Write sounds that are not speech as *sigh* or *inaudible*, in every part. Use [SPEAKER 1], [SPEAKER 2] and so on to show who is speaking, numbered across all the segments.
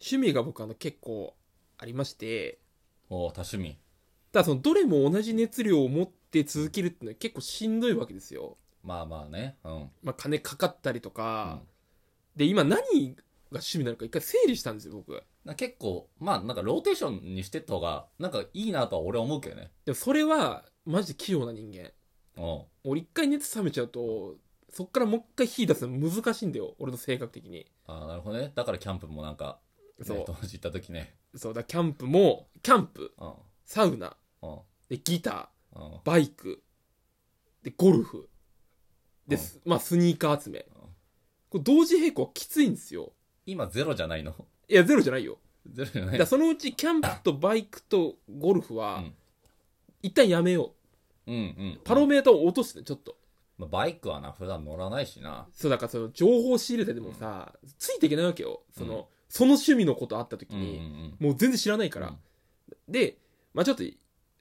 [SPEAKER 1] 趣味が僕あの結構ありまして、
[SPEAKER 2] おー多趣味
[SPEAKER 1] ただそのどれも同じ熱量を持って続けるっていうのは結構しんどいわけですよ。
[SPEAKER 2] まあまあねうん
[SPEAKER 1] まあ金かかったりとか、
[SPEAKER 2] うん
[SPEAKER 1] で、今何が趣味なのか一回整理したんですよ、僕。
[SPEAKER 2] な結構まあなんかローテーションにしてった方がなんかいいなとは俺は思うけどね
[SPEAKER 1] でもそれはマジで器用な人間。
[SPEAKER 2] うん
[SPEAKER 1] 俺一回熱冷めちゃうと、そっからもう一回火出すの難しいんだよ、俺の性格的に。
[SPEAKER 2] あーなるほどねだからキャンプもなんか、ね、
[SPEAKER 1] そう
[SPEAKER 2] 友達行った時ね
[SPEAKER 1] そうだ、キャンプも、キャンプ、
[SPEAKER 2] うん
[SPEAKER 1] サウナ、
[SPEAKER 2] うん
[SPEAKER 1] で、ギター、
[SPEAKER 2] うん
[SPEAKER 1] バイク、で、ゴルフ、で、
[SPEAKER 2] うん
[SPEAKER 1] すまあ、スニーカー集め。これ同時並行はきついんですよ。
[SPEAKER 2] 今ゼロじゃないの *laughs*
[SPEAKER 1] いや、ゼロじゃないよ。
[SPEAKER 2] ゼロじゃな
[SPEAKER 1] だ
[SPEAKER 2] い
[SPEAKER 1] からそのうち、キャンプとバイクとゴルフは、
[SPEAKER 2] うん
[SPEAKER 1] 一旦やめよ
[SPEAKER 2] うんうん
[SPEAKER 1] う。パロメーターを落としてね、ちょっと。
[SPEAKER 2] まあバイクはな普段乗らないしな
[SPEAKER 1] そう、だからその、情報仕入れてでもさ、ついていけないわけよ。その、その趣味のことあった時
[SPEAKER 2] うんうんう
[SPEAKER 1] に、
[SPEAKER 2] ん
[SPEAKER 1] もう全然知らないから。で、まあちょっと、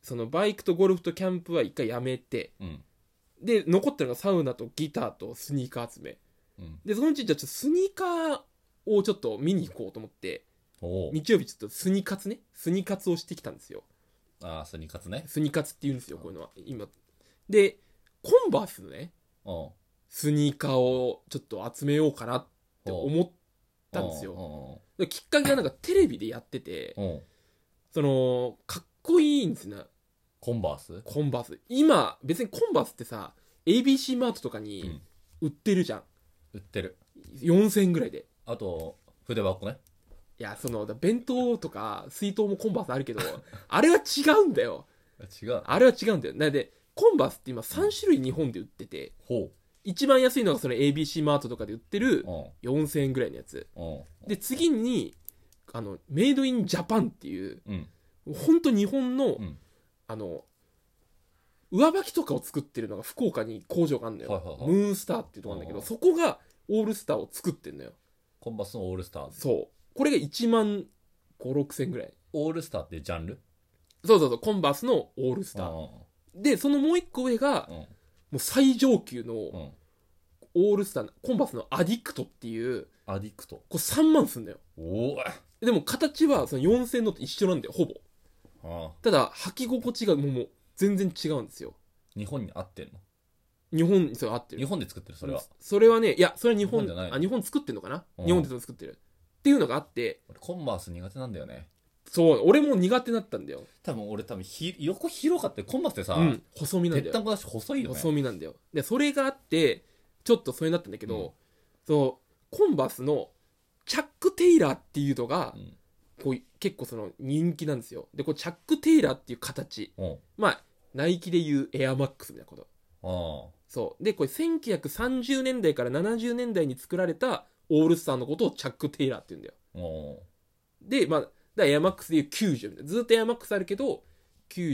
[SPEAKER 1] その、バイクとゴルフとキャンプは一回やめて、
[SPEAKER 2] うん
[SPEAKER 1] で、残ったのがサウナとギターとスニーカー集め。
[SPEAKER 2] うん
[SPEAKER 1] で、そのうち、じゃあちょっとスニーカーをちょっと見に行こうと思って、
[SPEAKER 2] おお
[SPEAKER 1] 日曜日ちょっとスニカツね、スニカツをしてきたんですよ。
[SPEAKER 2] ああスニーカツね
[SPEAKER 1] スニカツって言うんですよ、こういうのは。今。で、コンバースのね、
[SPEAKER 2] うん
[SPEAKER 1] スニーカーをちょっと集めようかなって思ったんですよ。
[SPEAKER 2] よ
[SPEAKER 1] できっかけがなんかテレビでやってて、
[SPEAKER 2] うん
[SPEAKER 1] その、かっこいいんですね、
[SPEAKER 2] コンバース
[SPEAKER 1] コンバース。今、別にコンバースってさ、ABC マートとかに売ってるじゃん。
[SPEAKER 2] 売ってる
[SPEAKER 1] 4000円ぐらいで。
[SPEAKER 2] あと筆箱ね
[SPEAKER 1] いや、その、だ弁当とか、水筒もコンバースあるけど、 *laughs* あれは違うんだよ。
[SPEAKER 2] 違う
[SPEAKER 1] あれは違うんだよ。なんで、コンバースって今3種類日本で売ってて、
[SPEAKER 2] ほ
[SPEAKER 1] 一番安いのがその ABC マートとかで売ってる
[SPEAKER 2] ううん
[SPEAKER 1] 4000円ぐらいのやつ。
[SPEAKER 2] うん
[SPEAKER 1] で、次に、あの、メイドインジャパンっていう、
[SPEAKER 2] うん
[SPEAKER 1] ほんと日本の、
[SPEAKER 2] うん
[SPEAKER 1] あの、上履きとかを作ってるのが福岡に工場があるのよ。
[SPEAKER 2] はいはいはい
[SPEAKER 1] ムーンスターっていうとこなんだけど、
[SPEAKER 2] うん
[SPEAKER 1] そこがオールスターを作ってんのよ。
[SPEAKER 2] コンバースのオールスターズ
[SPEAKER 1] そう。これが1万5、6000円ぐらい。
[SPEAKER 2] オールスターってジャンル
[SPEAKER 1] そうそうそう、コンバースのオールスター。
[SPEAKER 2] う
[SPEAKER 1] で、そのもう一個上が、
[SPEAKER 2] んうん
[SPEAKER 1] もう最上級の
[SPEAKER 2] う
[SPEAKER 1] オ
[SPEAKER 2] ん
[SPEAKER 1] ールスター、コンバースのアディクトっていう、
[SPEAKER 2] アディクト
[SPEAKER 1] これ3万すんだよ。
[SPEAKER 2] おお
[SPEAKER 1] でも形はその4000のと一緒なんだよ、ほぼ。
[SPEAKER 2] ああ
[SPEAKER 1] ただ、履き心地がもうもう全然違うんですよ。
[SPEAKER 2] 日本に合ってんの
[SPEAKER 1] 日本にそれ合って
[SPEAKER 2] 日
[SPEAKER 1] る。
[SPEAKER 2] 本で作ってるそれは
[SPEAKER 1] それはね、いや、それは日本、
[SPEAKER 2] 日本じゃない
[SPEAKER 1] あ、日本作ってんのかな
[SPEAKER 2] うん
[SPEAKER 1] 日本で作ってる。っていうのがあって、
[SPEAKER 2] 俺コンバース苦手なんだよね
[SPEAKER 1] そう、俺も苦手だったんだよ。
[SPEAKER 2] 多分俺多分ひ横広かったよコンバースってさ
[SPEAKER 1] うん、細身なんだ
[SPEAKER 2] 鉄
[SPEAKER 1] よ。
[SPEAKER 2] 板粉だし細いよね
[SPEAKER 1] 細身なんだよでそれがあってちょっとそれになったんだけど、そうコンバースのチャック・テイラーっていうのが、
[SPEAKER 2] うん
[SPEAKER 1] こう結構その人気なんですよでこうチャック・テイラーっていう形
[SPEAKER 2] うん
[SPEAKER 1] まあナイキでいうエアマックスみたいなこと
[SPEAKER 2] あ
[SPEAKER 1] そうでこれ1930年代から70年代に作られたオールスターのことをチャック・テイラーって言うんだよ
[SPEAKER 2] あうん
[SPEAKER 1] でまあだからエアマックスでいう90みたいなずっとエアマックスあるけど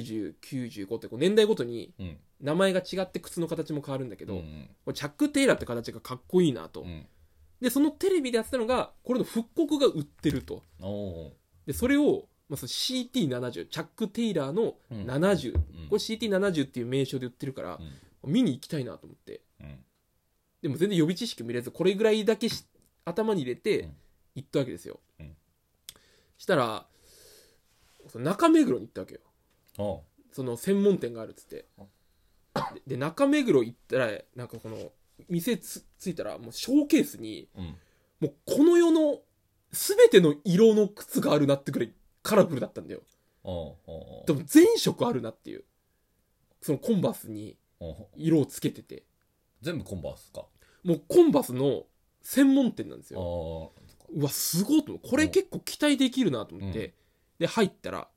[SPEAKER 1] 9095ってこう年代ごとに
[SPEAKER 2] うん
[SPEAKER 1] 名前が違って靴の形も変わるんだけ
[SPEAKER 2] う
[SPEAKER 1] ど、
[SPEAKER 2] ん
[SPEAKER 1] これチャック・テイラーって形がかっこいいなと、
[SPEAKER 2] うん
[SPEAKER 1] でそのテレビでやってたのがこれの復刻が売ってると
[SPEAKER 2] おー
[SPEAKER 1] でそれを、まあ、その CT70 チャック・テイラーの
[SPEAKER 2] うん
[SPEAKER 1] 70、
[SPEAKER 2] うん
[SPEAKER 1] これ CT70 っていう名称で売ってるから、見に行きたいなと思って
[SPEAKER 2] うん
[SPEAKER 1] でも全然予備知識も入れずこれぐらいだけし頭に入れ
[SPEAKER 2] う
[SPEAKER 1] て
[SPEAKER 2] ん
[SPEAKER 1] 行ったわけですよ、
[SPEAKER 2] うん
[SPEAKER 1] したらその中目黒に行ったわけよ
[SPEAKER 2] うん
[SPEAKER 1] その専門店があるっつってでで中目黒行ったらなんかこの店つ着いたらもうショーケースに
[SPEAKER 2] うん
[SPEAKER 1] もうこの世の全ての色の靴があるなってくらいカラフルだったんだよ。
[SPEAKER 2] うん
[SPEAKER 1] でも全色あるなっていう。そのコンバースに
[SPEAKER 2] うん
[SPEAKER 1] 色をつけてて。
[SPEAKER 2] 全部コンバースか
[SPEAKER 1] もうコンバースの専門店なんです
[SPEAKER 2] あ
[SPEAKER 1] よ。
[SPEAKER 2] あ
[SPEAKER 1] うわ、すごいと思う。これ結構期待できるなと思って。
[SPEAKER 2] うん
[SPEAKER 1] で、入ったら、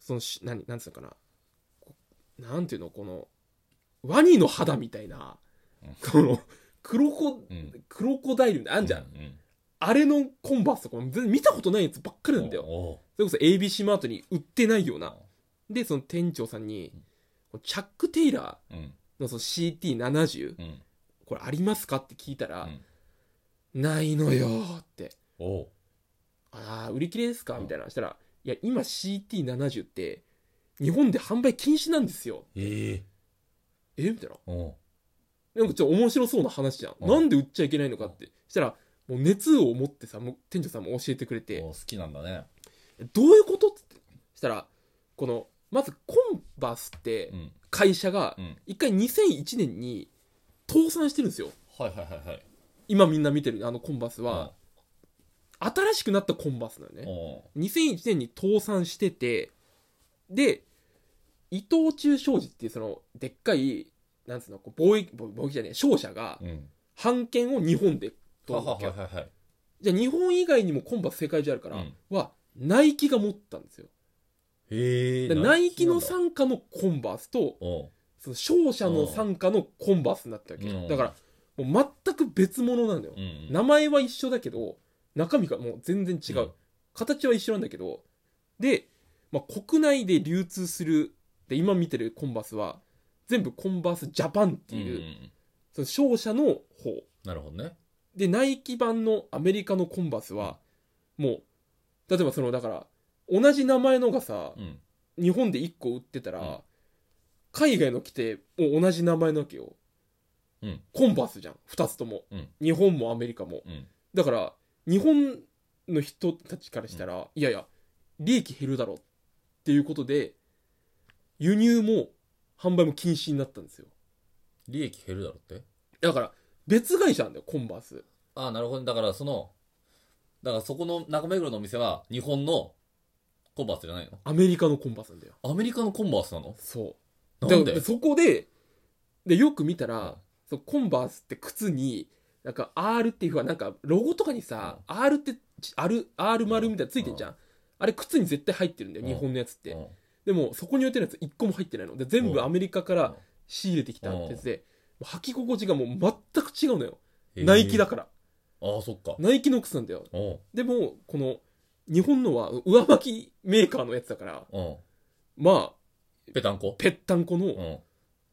[SPEAKER 1] そのし、何、なんつうのかな。こなんていうの、この、ワニの肌みたいな、
[SPEAKER 2] うん
[SPEAKER 1] この、クロコ、
[SPEAKER 2] うん
[SPEAKER 1] クロコダイルみたいなのあんじゃん。
[SPEAKER 2] うん
[SPEAKER 1] あれのコンバースとかも全然見たことないやつばっかり
[SPEAKER 2] う
[SPEAKER 1] なんだよ。
[SPEAKER 2] お
[SPEAKER 1] それこそ ABC マートに売ってないよう
[SPEAKER 2] ー
[SPEAKER 1] な。で、その店長さんに
[SPEAKER 2] うん、
[SPEAKER 1] こうチャック・テイラ
[SPEAKER 2] うん
[SPEAKER 1] ーのその CT70、
[SPEAKER 2] うん
[SPEAKER 1] これありますかって聞いたら、
[SPEAKER 2] うん
[SPEAKER 1] ないのよーって。
[SPEAKER 2] おー
[SPEAKER 1] ああ、売り切れですか
[SPEAKER 2] うん
[SPEAKER 1] みたいな。したら、いや、今 CT70 って、日本で販売禁止なんですよ。
[SPEAKER 2] ええ
[SPEAKER 1] えみたいな。
[SPEAKER 2] お
[SPEAKER 1] なんかちょっと面白そうな話じゃん。
[SPEAKER 2] うん
[SPEAKER 1] なんで売っちゃいけないのかって。したら、もう熱を持ってさもう店長さんも教えてくれて
[SPEAKER 2] お好きなんだね。
[SPEAKER 1] どういうことってしたらこのまずコンバスって
[SPEAKER 2] うん。
[SPEAKER 1] 会社が
[SPEAKER 2] うん。
[SPEAKER 1] 一回2001年に倒産してるんですよ
[SPEAKER 2] はいはいはいはい。
[SPEAKER 1] 今みんな見てるあのコンバスは、新しくなったコンバスなの
[SPEAKER 2] うん、
[SPEAKER 1] ね
[SPEAKER 2] おう
[SPEAKER 1] 2001年に倒産しててで伊藤忠商事っていうそのでっかいなんつうのこう貿易貿貿易じゃねえ商社が
[SPEAKER 2] うん。
[SPEAKER 1] 版権を日本で取
[SPEAKER 2] は
[SPEAKER 1] るわ
[SPEAKER 2] は
[SPEAKER 1] け
[SPEAKER 2] はい
[SPEAKER 1] よ
[SPEAKER 2] はいはい。
[SPEAKER 1] じゃあ日本以外にもコンバス世界中あるから、
[SPEAKER 2] うん
[SPEAKER 1] はナイキが持ったんですよ
[SPEAKER 2] へ
[SPEAKER 1] でナイキの傘下のコンバスと
[SPEAKER 2] おう
[SPEAKER 1] その商社の傘下のコンバスになったわけ、
[SPEAKER 2] うん
[SPEAKER 1] だからもう全く別物なんだよ、
[SPEAKER 2] うん。
[SPEAKER 1] 名前は一緒だけど中身がもう全然違う、
[SPEAKER 2] うん
[SPEAKER 1] 形は一緒なんだけどで、まあ、国内で流通するで今見てるコンバスは全部コンバースジャパンっていう、
[SPEAKER 2] ん
[SPEAKER 1] その商社の方
[SPEAKER 2] なるほどね。
[SPEAKER 1] でナイキ版のアメリカのコンバスはもう例えばそのだから同じ名前のがさ、
[SPEAKER 2] うん。
[SPEAKER 1] 日本で1個売ってたら、
[SPEAKER 2] うん
[SPEAKER 1] 海外の来てもう同じ名前なわけよ、
[SPEAKER 2] うん
[SPEAKER 1] コンバースじゃん2つとも、
[SPEAKER 2] うん
[SPEAKER 1] 日本もアメリカも
[SPEAKER 2] うん。
[SPEAKER 1] だから日本の人たちからしたら、いやいや利益減るだろっていうことで輸入も販売も禁止になったんですよ
[SPEAKER 2] 利益減るだろって。
[SPEAKER 1] だから別会社なんだよコンバース
[SPEAKER 2] ああ、なるほどね。だからその、だからそこの中目黒のお店は日本のコンバースじゃないの
[SPEAKER 1] アメリカのコンバースなんだよ
[SPEAKER 2] アメリカのコンバースなの
[SPEAKER 1] そう
[SPEAKER 2] なん
[SPEAKER 1] だから
[SPEAKER 2] で
[SPEAKER 1] そこででよく見たら、
[SPEAKER 2] うん
[SPEAKER 1] そうコンバースって靴になんか R っていうふうはなんかロゴとかにさ、R ってち R, R 丸みたいなのついてんじゃん、あれ靴に絶対入ってるんだよ、
[SPEAKER 2] うん
[SPEAKER 1] 日本のやつって、
[SPEAKER 2] うん
[SPEAKER 1] でもそこに置いてるやつ一個も入ってないので全
[SPEAKER 2] う
[SPEAKER 1] 部
[SPEAKER 2] ん
[SPEAKER 1] アメリカから仕入れてきたやつで、履き心地がもう全く違うのよ、ナイキだ。から
[SPEAKER 2] ああ、そっか。
[SPEAKER 1] ナイキの靴なんだよ
[SPEAKER 2] うん。
[SPEAKER 1] でもこの日本のは上履きメーカーのやつだから
[SPEAKER 2] う
[SPEAKER 1] まあ
[SPEAKER 2] ん。ぺたんこ
[SPEAKER 1] ぺったんこの、
[SPEAKER 2] うん。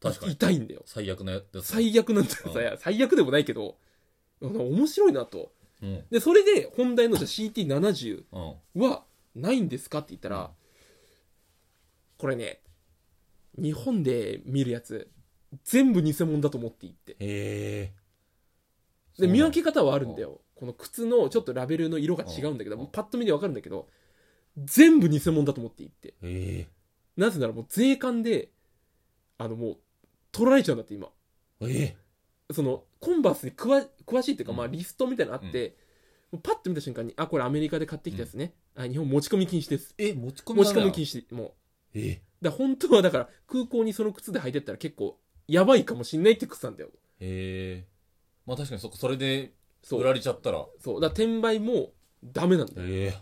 [SPEAKER 2] 確かに。
[SPEAKER 1] 痛いんだよ
[SPEAKER 2] 最悪なやつ。
[SPEAKER 1] 最悪なんだよ、
[SPEAKER 2] うん
[SPEAKER 1] 最悪最悪でもないけどなんか面白いなと
[SPEAKER 2] うん。
[SPEAKER 1] でそれで本題のじゃあ CT70
[SPEAKER 2] うん。
[SPEAKER 1] はないんですかって言ったら、
[SPEAKER 2] うん
[SPEAKER 1] これね日本で見るやつ全部偽物だと思っていいって
[SPEAKER 2] へえ。
[SPEAKER 1] で見分
[SPEAKER 2] け
[SPEAKER 1] け方はあるんだよこの靴のちょっとラベルの色が違うんだけど、
[SPEAKER 2] うん
[SPEAKER 1] パッと見で分かるんだけど全部偽物だと思っていいって
[SPEAKER 2] へ
[SPEAKER 1] なぜならもう税関であのもう取られちゃうんだって今
[SPEAKER 2] え。ええ。
[SPEAKER 1] そのコンバースに詳詳しいっていうか、まあ、
[SPEAKER 2] うん
[SPEAKER 1] リストみたいなのあって、もうパッと見た瞬間にあこれアメリカで買ってきたやつね、あ日本持ち込み禁止です
[SPEAKER 2] え、持ち込
[SPEAKER 1] 持ち込み禁
[SPEAKER 2] 禁止。
[SPEAKER 1] 止も
[SPEAKER 2] ええ。
[SPEAKER 1] うだから本当はだから空港にその靴で履いてったら結構やばいかもしんないって靴なんだよ
[SPEAKER 2] へえ。まあ確かにそ、それで
[SPEAKER 1] そ
[SPEAKER 2] 売ら
[SPEAKER 1] う
[SPEAKER 2] れちゃったら。
[SPEAKER 1] そうだから転売もダメなんだよ
[SPEAKER 2] ええ。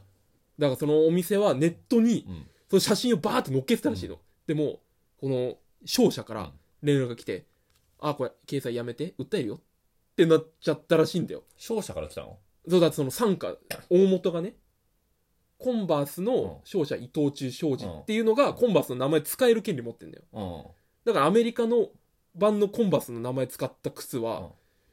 [SPEAKER 1] だからそのお店はネットに
[SPEAKER 2] うん。
[SPEAKER 1] その写真をバーって載っけてたらしいの、でもこの商社から連絡が来て、あこれ掲載やめて訴えるよってなっちゃったらしいんだよ
[SPEAKER 2] 商社から来たの
[SPEAKER 1] そうだってその傘下大元がねコンバースの商社伊藤忠商事っていうのがコンバースの名前使える権利持ってんだよ
[SPEAKER 2] う
[SPEAKER 1] だからアメリカの版のコンバースの名前使った靴は、
[SPEAKER 2] うん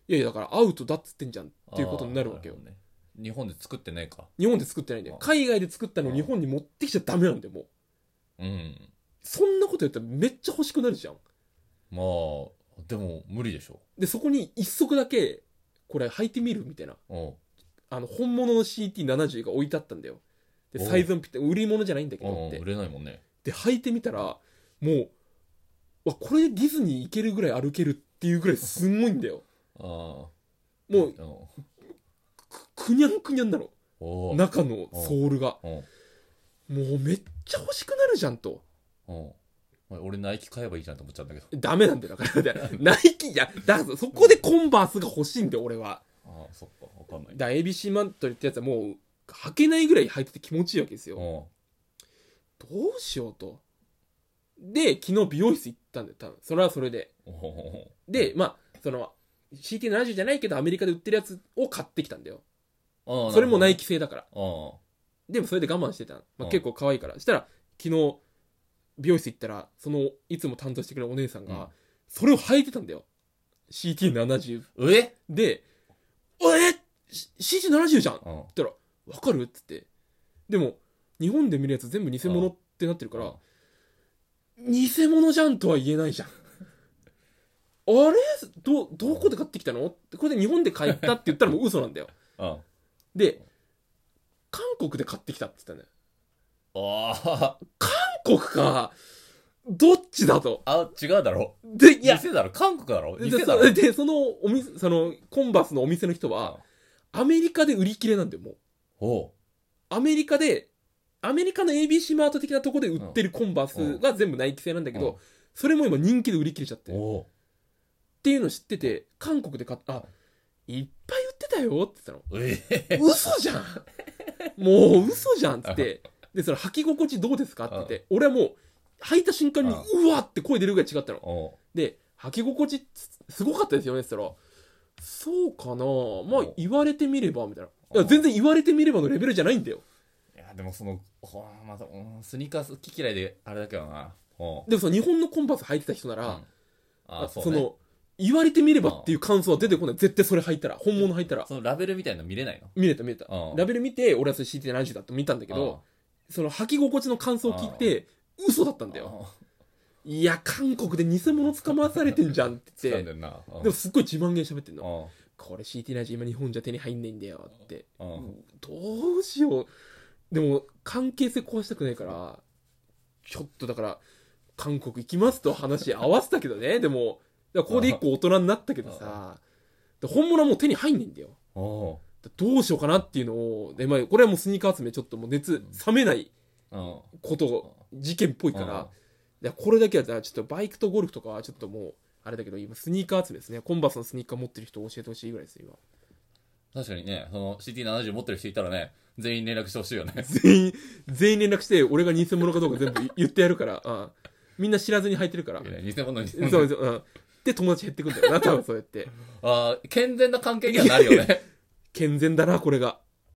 [SPEAKER 1] いやいやだからアウトだっつってんじゃんっ
[SPEAKER 2] ん。
[SPEAKER 1] ていうことになるわけよ
[SPEAKER 2] あー。なほどね日本で作ってないか。
[SPEAKER 1] 日本で作ってないんだよ
[SPEAKER 2] うん
[SPEAKER 1] 海外で作ったのを
[SPEAKER 2] うん
[SPEAKER 1] 日本に持ってきちゃダメなんだよもう
[SPEAKER 2] うん。
[SPEAKER 1] そんなことやったらめっちゃ欲しくなるじゃん
[SPEAKER 2] まあ、でも無理でしょ
[SPEAKER 1] でそこに一足だけこれ履いてみるみたいな
[SPEAKER 2] う。うん。
[SPEAKER 1] あの本物の CT70 が置いてあったんだよで
[SPEAKER 2] おう
[SPEAKER 1] サイズもピッタリ売り物じゃないんだけど
[SPEAKER 2] うん
[SPEAKER 1] っ
[SPEAKER 2] うん
[SPEAKER 1] て
[SPEAKER 2] 売れないもんね。
[SPEAKER 1] で履いてみたらもううわこれでディズニー行けるぐらい歩けるっていうぐらいすんごいんだよ
[SPEAKER 2] ああ。
[SPEAKER 1] もう
[SPEAKER 2] うん。
[SPEAKER 1] くくにゃんくにゃんなの
[SPEAKER 2] おお。
[SPEAKER 1] 中のソールが
[SPEAKER 2] うん。
[SPEAKER 1] もうめっちゃ欲しくなるじゃんと
[SPEAKER 2] うん。俺ナイキ買えばいいじゃんと思っちゃうんだけど。
[SPEAKER 1] ダメなんだよだからだから *laughs* ナイキいやだからそこでコンバースが欲しいんだよ俺は
[SPEAKER 2] ああ、そっか。わかんない。
[SPEAKER 1] だから ABC マントリってやつはもう履けないぐらい履いてて気持ちいいわけですよ
[SPEAKER 2] うん。
[SPEAKER 1] どうしようとで昨日美容室行ったんだよ多分それはそれでで、まあその CT70 じゃないけどアメリカで売ってるやつを買ってきたんだよ
[SPEAKER 2] うん
[SPEAKER 1] それもナイ
[SPEAKER 2] キ。
[SPEAKER 1] キ製だから
[SPEAKER 2] うん。
[SPEAKER 1] でもそれで我慢してたの、まあ、
[SPEAKER 2] うん
[SPEAKER 1] 結構可愛いからしたら昨日美容室行ったらそのいつも担当してくれるお姉さんが、
[SPEAKER 2] うん
[SPEAKER 1] それを履いてたんだよ CT70
[SPEAKER 2] え
[SPEAKER 1] で「おえっ CT70 じゃん!」って
[SPEAKER 2] うん。
[SPEAKER 1] 言ったら「わかる?」っつってでも日本で見るやつ全部偽物ってなってるから、偽物じゃんとは言えないじゃん *laughs* あれどどこで買ってきたのこれで日本で買ったって言ったらもう嘘なんだよ
[SPEAKER 2] うん。
[SPEAKER 1] で、韓国で買ってきたって言ったね。
[SPEAKER 2] あ
[SPEAKER 1] 韓国か、どっちだと。
[SPEAKER 2] あ、あ、違うだろ。
[SPEAKER 1] で、いや、
[SPEAKER 2] 店だろ。韓国だろ。
[SPEAKER 1] で
[SPEAKER 2] 店だろ。
[SPEAKER 1] そでそのお店、その、コンバースのお店の人は、アメリカで売り切れなんだよ、もう。
[SPEAKER 2] おう
[SPEAKER 1] アメリカで、アメリカの ABC マート的なとこで売ってるコンバースが全部ナイキ製なんだけ
[SPEAKER 2] うん
[SPEAKER 1] ど、それも今人気で売り切れちゃってる。っ
[SPEAKER 2] おう
[SPEAKER 1] ていうの知ってて、韓国で買った、あ、いっぱい売ってたよって言ったの。
[SPEAKER 2] ええ
[SPEAKER 1] 嘘じゃんもう嘘じゃんっつって、で、その履き心地どうですかって言って、俺はもう、履いた瞬間に、うわって声出るぐらい違ったの。
[SPEAKER 2] おう
[SPEAKER 1] で、履き心地すすごかったですよねって言ったら、そうかなまあ言われてみれば、みたいな。いや、全然言われてみればのレベルじゃないんだよ。
[SPEAKER 2] いや、でもその、ほらまた、うんスニーカー好き嫌いで、あれだけどな。おう
[SPEAKER 1] でもその日本のコンパス履いてた人なら、
[SPEAKER 2] うんああ、そう、
[SPEAKER 1] そ
[SPEAKER 2] ね。
[SPEAKER 1] の、言われてみればっていう感想は出てこない。絶対それ履いたら、本物履いたら。
[SPEAKER 2] そのラベルみたいなの見れないの
[SPEAKER 1] 見れた見れた
[SPEAKER 2] うん。
[SPEAKER 1] ラベル見て、俺はそれ CT 何時だって見たんだけど、その履き心地の感想を聞いて、嘘だったんだよ。
[SPEAKER 2] あ
[SPEAKER 1] いや、韓国で偽物捕まわされてんじゃんっ
[SPEAKER 2] *laughs*
[SPEAKER 1] て
[SPEAKER 2] あ使う
[SPEAKER 1] 言
[SPEAKER 2] ん
[SPEAKER 1] っ
[SPEAKER 2] だ
[SPEAKER 1] て、
[SPEAKER 2] よな。
[SPEAKER 1] でもすっごい自慢げに喋ってんの。
[SPEAKER 2] も、
[SPEAKER 1] これ CT ラジ今日本じゃ手に入んないんだよって。
[SPEAKER 2] うんうん
[SPEAKER 1] どうしよう。でも、関係性壊したくないから、ちょっとだから、韓国行きますと話合わせたけどね、 *laughs* でも、だからここで一個大人になったけどさ、で本物はもう手に入んないんだよ。
[SPEAKER 2] おう
[SPEAKER 1] だからどうしようかなっていうのを、で、まあ、これはもうスニーカー集めちょっともう熱冷めない
[SPEAKER 2] うん。
[SPEAKER 1] こと、事件っぽいか
[SPEAKER 2] うん
[SPEAKER 1] ら、でこれだけは、じゃあちょっとバイクとゴルフとかはちょっともう、あれだけど、今スニーカー集めですね。コンバースのスニーカー持ってる人教えてほしいぐらいです、今。
[SPEAKER 2] 確かにね、その CT70 持ってる人いたらね、全員連絡してほしいよね。
[SPEAKER 1] 全員、全員連絡して、俺が偽物かどうか全部言ってやるから、うんみんな知らずに履いてるから。
[SPEAKER 2] *laughs* 偽物偽
[SPEAKER 1] そ
[SPEAKER 2] 物。
[SPEAKER 1] うそう、うん。で、友達減ってくんだよな、多分そうやって。
[SPEAKER 2] ああ、健全な関係にはなるよね。
[SPEAKER 1] 健全だな、これが。